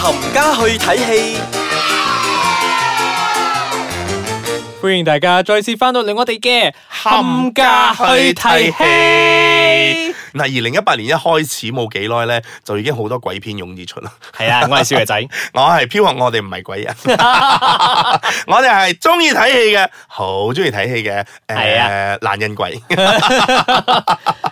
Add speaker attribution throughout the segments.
Speaker 1: 冚家去睇戲，
Speaker 2: 歡迎大家再次翻到嚟我哋嘅冚家去睇戲。
Speaker 3: 嗱，二零一八年一開始冇幾耐咧，就已經好多鬼片湧而出啦。
Speaker 2: 係啊，我係少爺仔，
Speaker 3: 我係飄學，我哋唔係鬼 人，我哋係中意睇戲嘅，好中意睇戲嘅。誒、
Speaker 2: 係
Speaker 3: 呃，懶人鬼。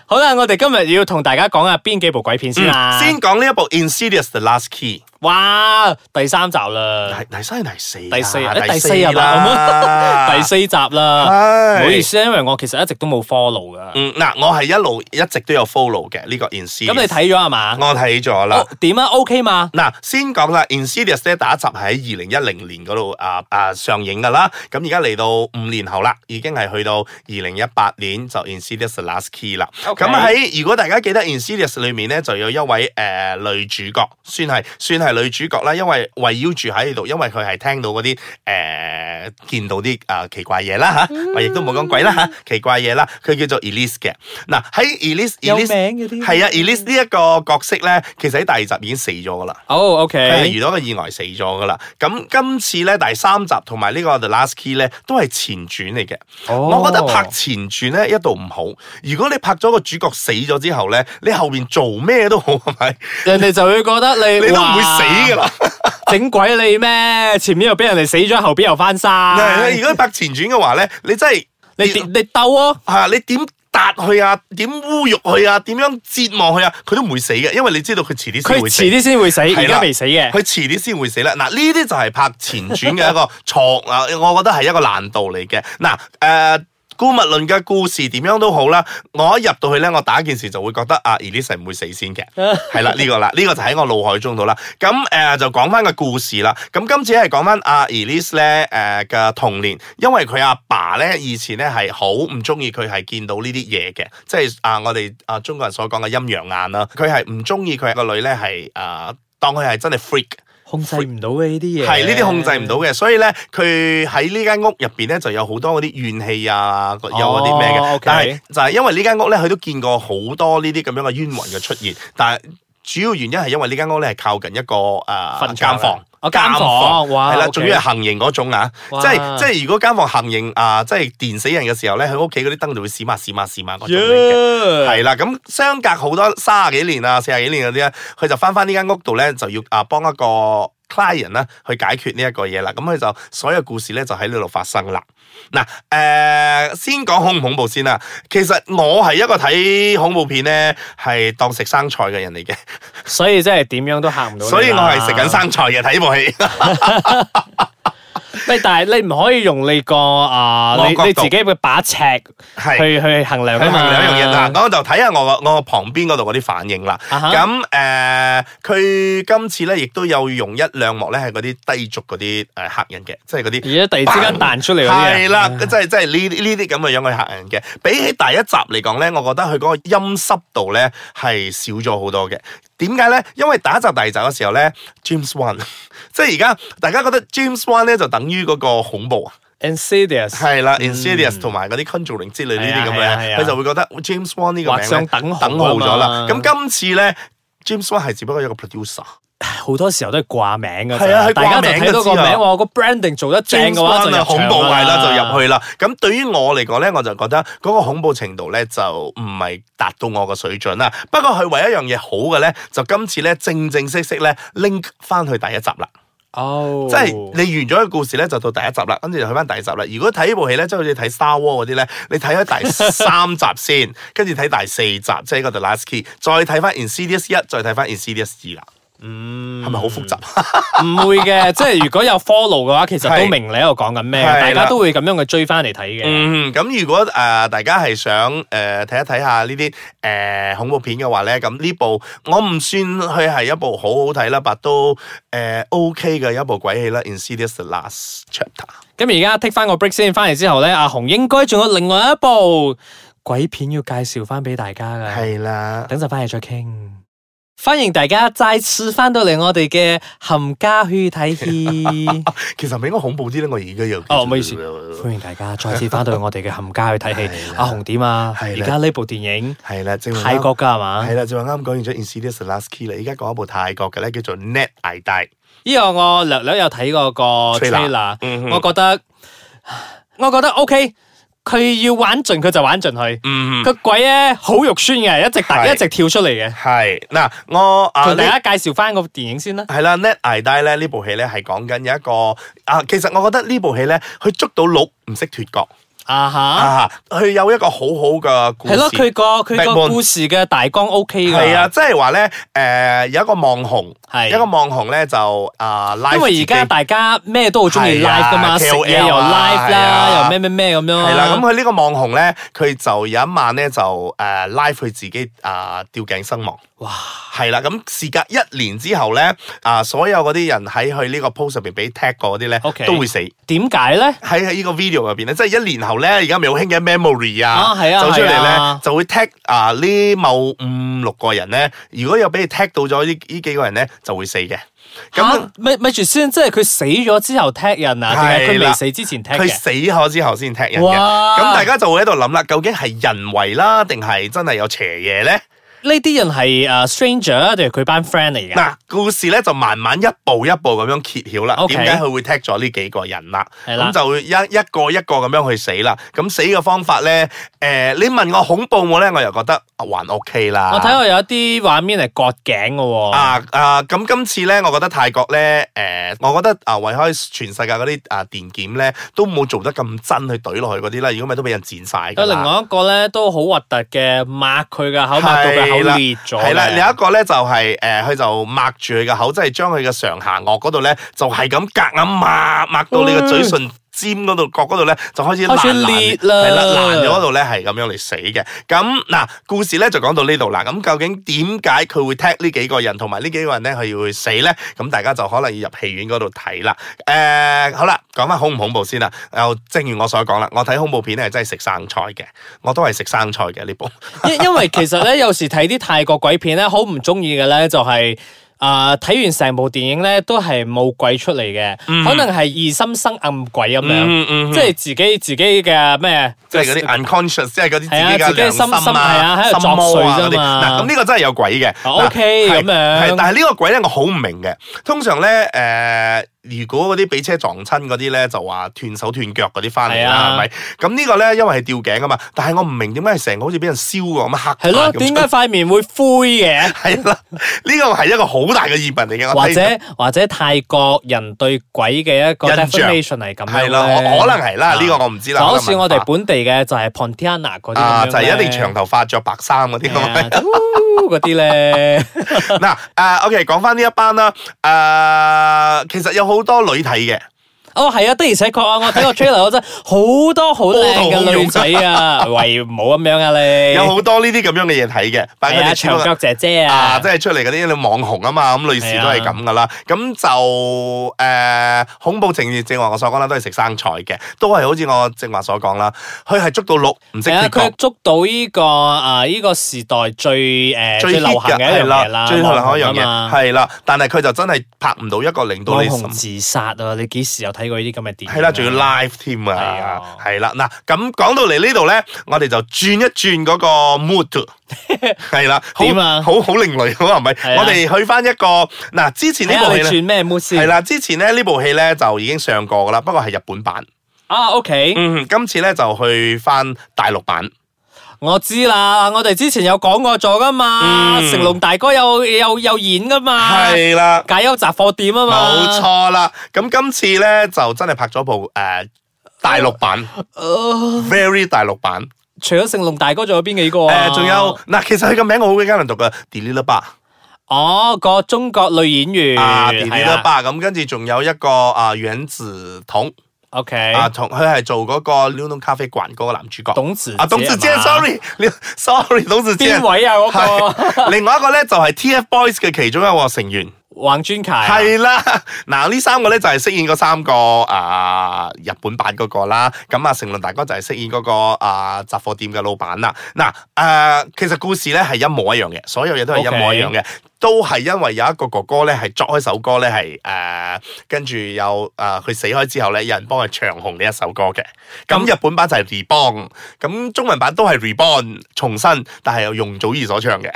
Speaker 2: 好啦，我哋今日要同大家講下邊幾部鬼片先啦。
Speaker 3: 嗯先，講呢一部《Insidious: The Last Key
Speaker 2: 哇，第三集》，啦，
Speaker 3: 第第三定第四啊？
Speaker 2: 第四啊，誒
Speaker 3: 第
Speaker 2: 第
Speaker 3: 四
Speaker 2: 四啊嘛，
Speaker 3: 啦，
Speaker 2: 第四集啦。唔
Speaker 3: 係。
Speaker 2: 好意思，啊因為我其實一直都冇 follow 噶。
Speaker 3: 嗯，嗱，我係一路一直都有 follow 嘅呢個 Insidious。
Speaker 2: 咁你睇咗係嘛？
Speaker 3: 我睇咗啦
Speaker 2: 哦。點啊？OK 嘛？
Speaker 3: 嗱，先講啦，《Insidious》咧第一集係喺二零一零年嗰度啊啊上映噶啦，咁而家嚟到五年後啦，已經係去到二零一八年就《Insidious》Last Key 啦。
Speaker 2: OK
Speaker 3: 咁喺如果大家記得《Insidious》裏面咧，就有一位誒、呃女主角，算係算係女主角啦，因為圍繞住喺度，因為佢係聽到嗰啲誒見到啲啊、奇怪嘢啦吓，
Speaker 2: 嗯
Speaker 3: 我亦都冇講鬼啦吓，奇怪嘢啦，佢叫做 Elise 嘅。嗱喺 Elise
Speaker 2: 有名
Speaker 3: Elise
Speaker 2: 嗰啲
Speaker 3: 係啊，Elise 呢一個角色咧，其實喺第二集已經死咗噶啦。
Speaker 2: 哦
Speaker 3: 佢係
Speaker 2: ，OK，
Speaker 3: 遇到一個意外死咗噶啦。咁今次咧第三集同埋呢個 The Last Key 咧都係前傳嚟嘅。
Speaker 2: 我
Speaker 3: 我覺得拍前傳咧一度唔好。如果你拍咗個主角死咗之後咧，你後邊做咩都好係咪？
Speaker 2: 人哋就會覺得你
Speaker 3: 你都唔會死 噶啦。
Speaker 2: 整鬼你咩？前面又俾人哋死咗，後邊又翻
Speaker 3: 嗱如
Speaker 2: 生，
Speaker 3: 果拍前傳嘅話咧，你真係
Speaker 2: 你跌你鬥啊！
Speaker 3: 啊！你點揼佢啊？點侮辱佢啊？點樣折磨佢啊？佢都唔會死嘅，因為你知道佢遲啲
Speaker 2: 佢
Speaker 3: 先會
Speaker 2: 遲
Speaker 3: 死。
Speaker 2: 啲先會死，
Speaker 3: 係啦
Speaker 2: 而家未死嘅。
Speaker 3: 佢遲啲先會死啦。嗱，呢啲就係拍前傳嘅一個錯啊，我覺得係一個難度嚟嘅。嗱，誒、姑勿論嘅故事點樣都好啦，我一入到去咧，我打件事就會覺得啊 e l i s a 唔會死先嘅，係啦呢個啦，呢、個就喺我腦海中度啦。咁誒、呃就講翻個故事啦。咁今次係講翻阿 e l i s 咧誒嘅童年，因為佢阿爸咧以前咧係好唔中意佢係見到呢啲嘢嘅，即係啊我哋啊中國人所講嘅陰陽眼啦，佢係唔中意佢個女咧係啊。當佢係真係 freak，
Speaker 2: 控制唔到嘅呢啲嘢，
Speaker 3: 係呢啲控制唔到。嘅，所以咧佢喺呢間屋入邊咧就有好多嗰啲怨氣啊，有嗰啲咩嘅。
Speaker 2: 哦，OK
Speaker 3: 但係就係因為呢間屋咧，佢都見過好多呢啲咁樣嘅冤魂嘅出現，但係主要原因係因為呢間屋咧係靠近一個誒、呃、
Speaker 2: 墳場
Speaker 3: 監
Speaker 2: 啊
Speaker 3: 房，
Speaker 2: 哦監房哇
Speaker 3: 係啦，
Speaker 2: OK
Speaker 3: 仲要係行刑嗰種啊，
Speaker 2: 哇
Speaker 3: 即係即係如果監房行刑啊、即係電死人嘅時候咧，佢屋企嗰啲燈就會閃下閃下閃下嗰種嚟嘅。
Speaker 2: 係
Speaker 3: 係啦，咁相隔好多三十幾年啊、四十幾年嗰啲咧，佢就翻翻呢間屋度咧，就要啊幫一個 client 啦去解決呢一個嘢啦。咁佢就所有故事咧就喺呢度發生啦。嗱，誒、先講恐唔恐怖先啦。其實我係一個睇恐怖片咧係當食生菜嘅人嚟嘅，
Speaker 2: 所以真係點樣都嚇唔到你啦。
Speaker 3: 所以我係食緊生菜嘅睇呢部戲。
Speaker 2: 喂，但係你唔可以用你個啊，
Speaker 3: 我
Speaker 2: 你
Speaker 3: 角度
Speaker 2: 你自己嘅把尺
Speaker 3: 係
Speaker 2: 去去衡量
Speaker 3: 佢
Speaker 2: 啊嘛。
Speaker 3: 問兩樣嘢啦，嗱我就睇下我個我旁邊嗰度嗰啲反應啦。
Speaker 2: 啊哈
Speaker 3: 咁誒，呃佢、今次咧亦都有用一兩幕咧係嗰啲低俗嗰啲誒客人嘅，即係嗰啲。
Speaker 2: 而家突然之間彈出嚟嗰啲啊
Speaker 3: 係啦，即係即係呢啲呢啲咁嘅樣去嚇人嘅。比起第一集嚟講咧，我覺得佢嗰個陰濕度咧係少咗好多嘅。點解咧？因為第一集、第二集嘅時候咧，James Wan，即 係而家大家覺得 James Wan 咧就等於嗰個恐怖啊。
Speaker 2: ，insidious
Speaker 3: 係啦，Insidious 同埋嗰啲 Conjuring 之類呢啲咁
Speaker 2: 嗯係啊係啊係
Speaker 3: 嘅，
Speaker 2: 啊
Speaker 3: 佢就會覺得 James Wan 呢個
Speaker 2: 畫
Speaker 3: 名
Speaker 2: 上
Speaker 3: 咧
Speaker 2: 等號
Speaker 3: 等號咗
Speaker 2: 啊嘛
Speaker 3: 啦。咁今次咧，James Wan 係只不過一個 producer。
Speaker 2: 好多時候都係掛名㗎咋。
Speaker 3: 係啊佢掛
Speaker 2: 大家就
Speaker 3: 名
Speaker 2: 睇到
Speaker 3: 都知
Speaker 2: 個
Speaker 3: 啊
Speaker 2: 名，我個 branding 做得正嘅話就
Speaker 3: James Wan
Speaker 2: 入
Speaker 3: 啊恐怖
Speaker 2: 場
Speaker 3: 係
Speaker 2: 㗎
Speaker 3: 啦，就入去啦。咁對於我嚟講咧，我就覺得嗰個恐怖程度咧就唔係達到我個水準啦。不過佢唯一一樣嘢好嘅咧，就今次咧正正式式咧 link 翻去第一集啦。
Speaker 2: 哦，
Speaker 3: 即係你完咗個故事咧，就到第一集啦，跟住就去翻第二集啦。如果睇呢部戲咧，即係好似睇 Star War 嗰啲咧，你睇咗第三集先，跟住睇第四集，即係嗰 The Last Key，再睇翻 Insidious 一，再睇翻 Insidious 二啦。嗯，係咪好複雜？
Speaker 2: 唔會嘅， 即係如果有 follow 嘅話，其實都
Speaker 3: 係
Speaker 2: 明你喺度講緊咩，
Speaker 3: 係啦
Speaker 2: 大家都會咁樣去追翻嚟睇嘅。
Speaker 3: 嗯，咁如果誒、呃大家係想誒睇、一睇下呢啲誒恐怖片嘅話咧，咁呢部我唔算佢係一部好好睇啦，但都誒、呃 OK 嘅一部鬼戲啦，《Insidious The Last Chapter》。
Speaker 2: 咁而家 take 翻個 break 先，翻嚟之後咧，阿紅應該仲有另外一部鬼片要介紹翻俾大家噶，
Speaker 3: 係啦。
Speaker 2: 等陣翻嚟再傾。欢迎大家再次翻到嚟我哋嘅冚家去睇 戲。
Speaker 3: 其實咪應該恐怖啲咧，我而家又
Speaker 2: 哦，唔好意思，欢迎大家再次翻到我哋嘅冚家去睇戲。
Speaker 3: 係啦
Speaker 2: 阿紅點啊？
Speaker 3: 係
Speaker 2: 而
Speaker 3: 啦
Speaker 2: 家呢部電影
Speaker 3: 係啦，正話
Speaker 2: 泰國㗎係嘛
Speaker 3: 係？啦，正話啱講完咗 Insidious Last Key 啦，而家講一部泰國嘅咧，叫做 Net I Die。
Speaker 2: 呢個我略略有睇過個
Speaker 3: Trailer
Speaker 2: trailer，
Speaker 3: 嗯哼
Speaker 2: 我覺得我覺得 OK，佢要玩盡佢就玩盡佢。
Speaker 3: 嗯，
Speaker 2: 個鬼咧好肉酸嘅，一直突
Speaker 3: 係
Speaker 2: 一直跳出嚟嘅。
Speaker 3: 係嗱，我啊
Speaker 2: 同
Speaker 3: 呢
Speaker 2: 大家介紹翻個電影先啦。
Speaker 3: 係啦，Net I Die 咧呢部戲咧係講緊有一個啊，其實我覺得呢部戲咧，佢捉到鹿唔識脱角
Speaker 2: 啊哈，
Speaker 3: 啊，佢有一個好好嘅故事。
Speaker 2: 係咯，佢個佢個
Speaker 3: Backbone
Speaker 2: 故事嘅大綱 OK 㗎。
Speaker 3: 係啊，，即係話咧，誒有一個網紅，
Speaker 2: 係
Speaker 3: 一個網紅咧就啊拉，
Speaker 2: 因為而家大家咩都好中意
Speaker 3: 係啊
Speaker 2: live 噶嘛，食
Speaker 3: KOL
Speaker 2: 嘢又 live
Speaker 3: 係啊
Speaker 2: 啦，又咩咩咩咁樣
Speaker 3: 係啦，咁佢呢個網紅咧，佢就有一晚咧就誒、呃、拉佢自己啊、吊頸身亡。
Speaker 2: 哇！
Speaker 3: 係啦，咁事隔一年之後咧，啊、所有嗰啲人喺佢呢個 post 入邊俾 tag 過嗰啲咧
Speaker 2: OK
Speaker 3: 都會死。
Speaker 2: 點解咧？
Speaker 3: 喺喺呢個 video 入邊咧，即係一年後咧，而家咪好興嘅 memory 啊，
Speaker 2: 啊係啊
Speaker 3: 走出嚟咧、
Speaker 2: 係啊
Speaker 3: 就會 tag 啊呢某五六個人咧，如果有俾你 tag 到咗呢呢幾個人咧，就會死嘅。咁
Speaker 2: 嚇咪咪住先，即係佢死咗之後踢人啊，定係
Speaker 3: 係
Speaker 2: 佢
Speaker 3: 啦
Speaker 2: 未死之前踢
Speaker 3: 佢
Speaker 2: 嘅？
Speaker 3: 死咗之後先 tag 人嘅，
Speaker 2: 哇
Speaker 3: 咁大家就會喺度諗啦，究竟係人為啦，定係真係有邪嘢咧？
Speaker 2: 呢啲人係誒 stranger 啊定係佢班 friend 嚟㗎？
Speaker 3: 嗱，故事咧就慢慢一步一步咁樣揭曉啦。
Speaker 2: OK
Speaker 3: 點解佢會踢咗呢幾個人啦？
Speaker 2: 係啦
Speaker 3: 咁就會一一個一個咁樣去死啦。咁死嘅方法咧，誒、你問我恐怖冇咧，我又覺得還 OK 啦。
Speaker 2: 我睇過有一啲畫面係割頸嘅喎，
Speaker 3: 啊啊！咁、今次咧，我覺得泰國咧，誒、我覺得啊，為開全世界嗰啲啊電檢咧，都冇做得咁真去懟落去嗰啲啦。如果咪都俾人剪晒㗎
Speaker 2: 有另
Speaker 3: 啦。
Speaker 2: 外一個咧都好核突嘅，抹佢嘅口，抹到佢
Speaker 3: 係啦
Speaker 2: 口裂咗嘅。
Speaker 3: 係啦，有一個咧就係、誒，佢、就抹住佢嘅口，即係將佢嘅上下颚嗰度咧，就係咁夾硬抹抹到你個嘴唇尖嗰度角嗰度咧，就開始
Speaker 2: 開始
Speaker 3: 爛
Speaker 2: 裂
Speaker 3: 爛，
Speaker 2: 啦
Speaker 3: 係啦，爛咗嗰度咧係咁樣嚟死嘅。咁嗱，故事咧就講到呢度啦。咁究竟點解佢會踢呢幾個人，同埋呢幾個人咧佢要會死咧？咁大家就可能要入戲院嗰度睇啦。誒、好啦，講翻恐唔恐怖先啦。又正如我所講啦，我睇恐怖片咧係真係食生菜嘅，我都係食生菜嘅呢部。
Speaker 2: 因因为其實咧，有時睇啲泰國鬼片咧，好唔中意嘅咧，就係啊睇完成部電影咧，都係冇鬼出嚟嘅，可能係疑心生暗鬼咁樣，
Speaker 3: 嗯嗯
Speaker 2: 即係自己自己嘅咩，
Speaker 3: 即係嗰啲啊 unconscious，即係嗰啲自己
Speaker 2: 係啊
Speaker 3: 嘅
Speaker 2: 自己
Speaker 3: 良心
Speaker 2: 心心係啊
Speaker 3: 啊、
Speaker 2: 喺度
Speaker 3: 心魔啊
Speaker 2: 作祟
Speaker 3: 嗰
Speaker 2: 啫
Speaker 3: 啲。
Speaker 2: 嘛
Speaker 3: 嗱，咁呢個真係有鬼嘅。
Speaker 2: 哦 OK，
Speaker 3: 嗱係
Speaker 2: 咁樣
Speaker 3: 啊係但係呢個鬼咧，我好唔明嘅。通常咧，誒，如果嗰啲俾車撞親嗰啲咧，就話斷手斷腳嗰啲翻嚟
Speaker 2: 係
Speaker 3: 啦，
Speaker 2: 啊
Speaker 3: 係咪？咁呢個咧，因為係吊頸啊嘛。但係我唔明點解係成個好似俾人燒過咁黑
Speaker 2: 係咯，
Speaker 3: 炭啊咁
Speaker 2: 點解塊面會灰嘅？
Speaker 3: 係啦，呢個係一個好大嘅疑問嚟嘅。 我
Speaker 2: 或
Speaker 3: 睇
Speaker 2: 者或者泰國人對鬼嘅一個
Speaker 3: 印象
Speaker 2: definition 係咁樣
Speaker 3: 係啦，
Speaker 2: 咧
Speaker 3: 我可能係啦，
Speaker 2: 啊
Speaker 3: 呢個我唔知
Speaker 2: 就
Speaker 3: 啦。
Speaker 2: 好似我
Speaker 3: 可能文
Speaker 2: 哋
Speaker 3: 化
Speaker 2: 本地嘅就係 Pontiana 嗰啲
Speaker 3: 啊，
Speaker 2: 咁樣
Speaker 3: 就係一定
Speaker 2: 咧
Speaker 3: 長頭髮、着白衫嗰啲咁
Speaker 2: 係
Speaker 3: 啊
Speaker 2: 啊就呜嗰啲咧。
Speaker 3: 嗱，誒，OK，講翻呢一班啦，誒，其實有好多女睇嘅，
Speaker 2: 哦，係啊，的而且確啊，我睇個 trailer 我真係好多好靚嘅女仔 啊，喂，唔好咁樣啊你，
Speaker 3: 有好多呢啲咁樣嘅嘢睇嘅，但係
Speaker 2: 係
Speaker 3: 佢
Speaker 2: 啊，
Speaker 3: 哋全部
Speaker 2: 長腳姐姐
Speaker 3: 啊，
Speaker 2: 啊
Speaker 3: 即，係出嚟嗰啲你網紅啊嘛，咁女士都係咁噶啦，咁就誒恐怖情節，正話我所講啦，都係食生菜嘅，都係好似我正話所講啦，佢係捉到鹿唔識
Speaker 2: 係啊，
Speaker 3: 脱
Speaker 2: 佢
Speaker 3: 角。
Speaker 2: 捉到呢個啊呢個時代最誒
Speaker 3: 最 hit
Speaker 2: 流行嘅
Speaker 3: 嘅
Speaker 2: 一樣嘢
Speaker 3: 係
Speaker 2: 啦，
Speaker 3: 啦，最流行一樣
Speaker 2: 網紅啊
Speaker 3: 嘢
Speaker 2: 嘛，
Speaker 3: 係啦，但係佢就真係拍唔到一個令到
Speaker 2: 網
Speaker 3: 你
Speaker 2: 紅
Speaker 3: 心
Speaker 2: 自殺啊！你幾時有睇過呢啲咁嘅電影啊？
Speaker 3: 係啦，仲要 live 添
Speaker 2: 係
Speaker 3: 啊
Speaker 2: 啊，
Speaker 3: 係啦，嗱，咁講到嚟呢度咧，我哋就轉一轉嗰個 mood，係啦，好
Speaker 2: 點啊
Speaker 3: 好好另類喎，係咪？
Speaker 2: 係啊
Speaker 3: 我哋去翻一個嗱，之前
Speaker 2: 睇
Speaker 3: 呢
Speaker 2: 下
Speaker 3: 部
Speaker 2: 你
Speaker 3: 戲咧，
Speaker 2: 轉咩 mood
Speaker 3: 係
Speaker 2: 先？
Speaker 3: 啦，之前咧呢部戲咧就已經上過噶啦，不過係日本版，
Speaker 2: 啊，OK，
Speaker 3: 嗯，今次咧就去翻大陸版，
Speaker 2: 我知啦，我哋之前有講過咗噶嘛，
Speaker 3: 嗯
Speaker 2: 成龍大哥有有有演噶嘛，
Speaker 3: 係啦。
Speaker 2: 解憂雜貨店啊嘛，
Speaker 3: 冇錯啦，咁今次咧就真係拍咗部誒、呃大陸版
Speaker 2: 呃
Speaker 3: ，very 大陸版，
Speaker 2: 除咗成龍大哥，仲有邊幾個啊？
Speaker 3: 誒仲、有嗱，其實佢個名我好鬼艱難讀嘅 d e l i l a b a
Speaker 2: 哦，個中國女演員
Speaker 3: 啊，迪麗
Speaker 2: 嗯係
Speaker 3: 熱
Speaker 2: 啦
Speaker 3: 巴咁，跟住仲有一個啊阮子彤
Speaker 2: OK，
Speaker 3: 啊，同佢係做嗰個《撩動咖啡館》嗰個男主角。
Speaker 2: 哎董子
Speaker 3: 啊，董子健
Speaker 2: 嘛
Speaker 3: ，sorry，你 sorry，董子健
Speaker 2: 邊。位啊？嗰個
Speaker 3: 係另外一個咧就係 TFBOYS 嘅其中一個成員，
Speaker 2: 玩專卡啊，
Speaker 3: 係啦， 嗱呢三個咧就係飾演嗰三個啊、日本版嗰個啦，咁啊成龍大哥就係飾演嗰、個啊、雜貨店嘅老闆啦。嗱、啊其實故事咧係一模一樣嘅，所有嘢都係一模一樣嘅。都係因為有一個哥哥咧，係作開首歌咧，係誒、跟住有誒佢、死開之後咧，有人幫佢唱紅呢一首歌嘅。咁日本版就係 Reborn，咁中文版都係 Reborn 重新，但係由容祖兒所唱嘅。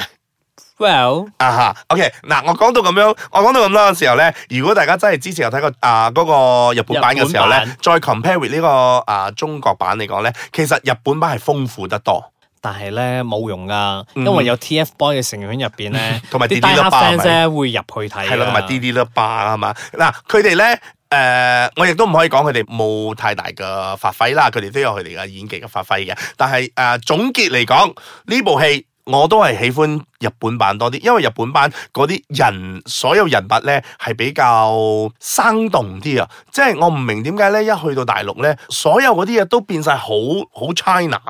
Speaker 2: Well，
Speaker 3: 啊哈，OK，嗱，我講到咁樣，我講到咁多嘅時候咧，如果大家真係之前有睇過啊嗰、個日本版嘅時候
Speaker 2: 日
Speaker 3: 咧
Speaker 2: 本版，
Speaker 3: 再 compare with 呢、個啊中國版嚟講咧，其實日本版係豐富得多，
Speaker 2: 但係咧冇用噶，
Speaker 3: 嗯
Speaker 2: 因為有 TFBOY 嘅成員喺入 邊咧，
Speaker 3: 同埋
Speaker 2: 啲低
Speaker 3: D D 啦
Speaker 2: 黑
Speaker 3: 吧，係
Speaker 2: fans
Speaker 3: 咪？
Speaker 2: 咧會入去睇㗎，
Speaker 3: 係啦，同埋 D D 啦吧係嘛？嗱，佢哋咧。誒、我亦都唔可以講佢哋冇太大嘅發揮啦，佢哋都有佢哋嘅演技嘅發揮嘅。但係誒、總結嚟講，呢部戲我都係喜歡日本版多啲，因為日本版嗰啲人所有人物咧係比較生動啲啊！即係我唔明點解咧，一去到大陸咧，所有嗰啲嘢都變晒好好 China。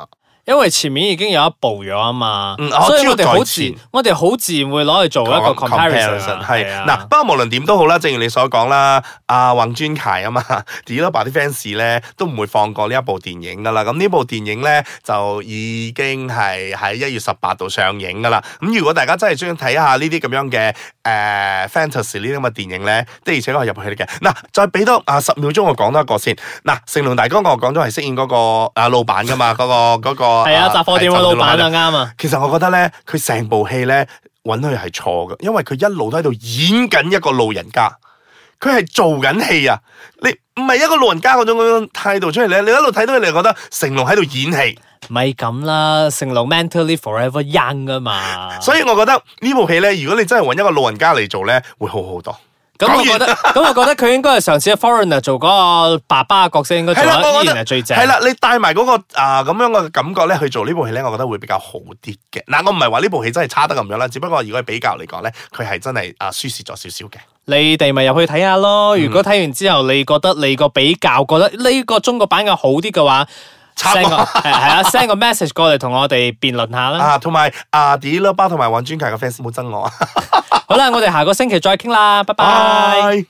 Speaker 2: 因為前面已經有一步咗啊嘛
Speaker 3: 嗯，我
Speaker 2: 所以
Speaker 3: 知道
Speaker 2: 我哋好
Speaker 3: 在
Speaker 2: 自
Speaker 3: 前
Speaker 2: 我哋好自然會攞去做一個 comparison 啊
Speaker 3: 係
Speaker 2: 係啊
Speaker 3: 嗱，不過無論點都好啦，正如你所講啦，阿宏專凱啊嘛 d e l b a 啲 fans 咧都唔會放過呢一部電影噶啦。咁呢部電影咧就已經係喺一月十八度上映噶啦。咁如果大家真係中意睇下呢啲咁樣嘅誒、呃 fantasy 呢啲咁嘅電影咧，的而且確係入去嘅。嗱，再俾多啊十秒鐘我講多一個先。嗱，成龍大哥我講咗係飾演嗰、個啊老闆噶嘛，嗰、個嗰、個
Speaker 2: 係啊，雜貨店嘅老闆
Speaker 3: 啊
Speaker 2: 啊，啱啊，
Speaker 3: 其實我覺得咧，佢成部戲咧揾佢係錯嘅，因為佢一路都喺度演緊一個路人家，佢係做緊戲啊！你唔係一個路人家嗰種嗰種態度出嚟咧，你一路睇到佢，你就覺得成龍喺度演戲，
Speaker 2: 咪咁啦，成龍 mentally forever young 啊嘛，
Speaker 3: 所以我覺得呢部戲咧，如果你真係揾一個路人家嚟做咧，會好好多。
Speaker 2: 咁我覺得，咁我覺得佢應該係上次 Foreigner 做嗰個爸爸嘅角色，應該做
Speaker 3: 係啦，
Speaker 2: 得依
Speaker 3: 我覺
Speaker 2: 然
Speaker 3: 得
Speaker 2: 係最正。
Speaker 3: 係啦，你帶埋嗰個啊咁樣嘅感覺咧去做呢部戲咧，我覺得會比較好啲嘅。嗱，我唔係話呢部戲真係差得咁樣啦，只不過如果係比較嚟講咧，佢係真係啊輸蝕咗少少嘅。
Speaker 2: 你哋咪入去睇下咯。
Speaker 3: 嗯
Speaker 2: 如果睇完之後，你覺得你個比較覺得呢個中國版嘅好啲嘅話
Speaker 3: 插
Speaker 2: ，send 個
Speaker 3: 我
Speaker 2: 係係啊，send 個 message 過嚟同我哋辯論下啦。
Speaker 3: 啊，同埋啊 d 啦巴同埋尹專契嘅 fans 冇憎我啊，
Speaker 2: 好啦，我哋下個星期再傾啦，拜拜。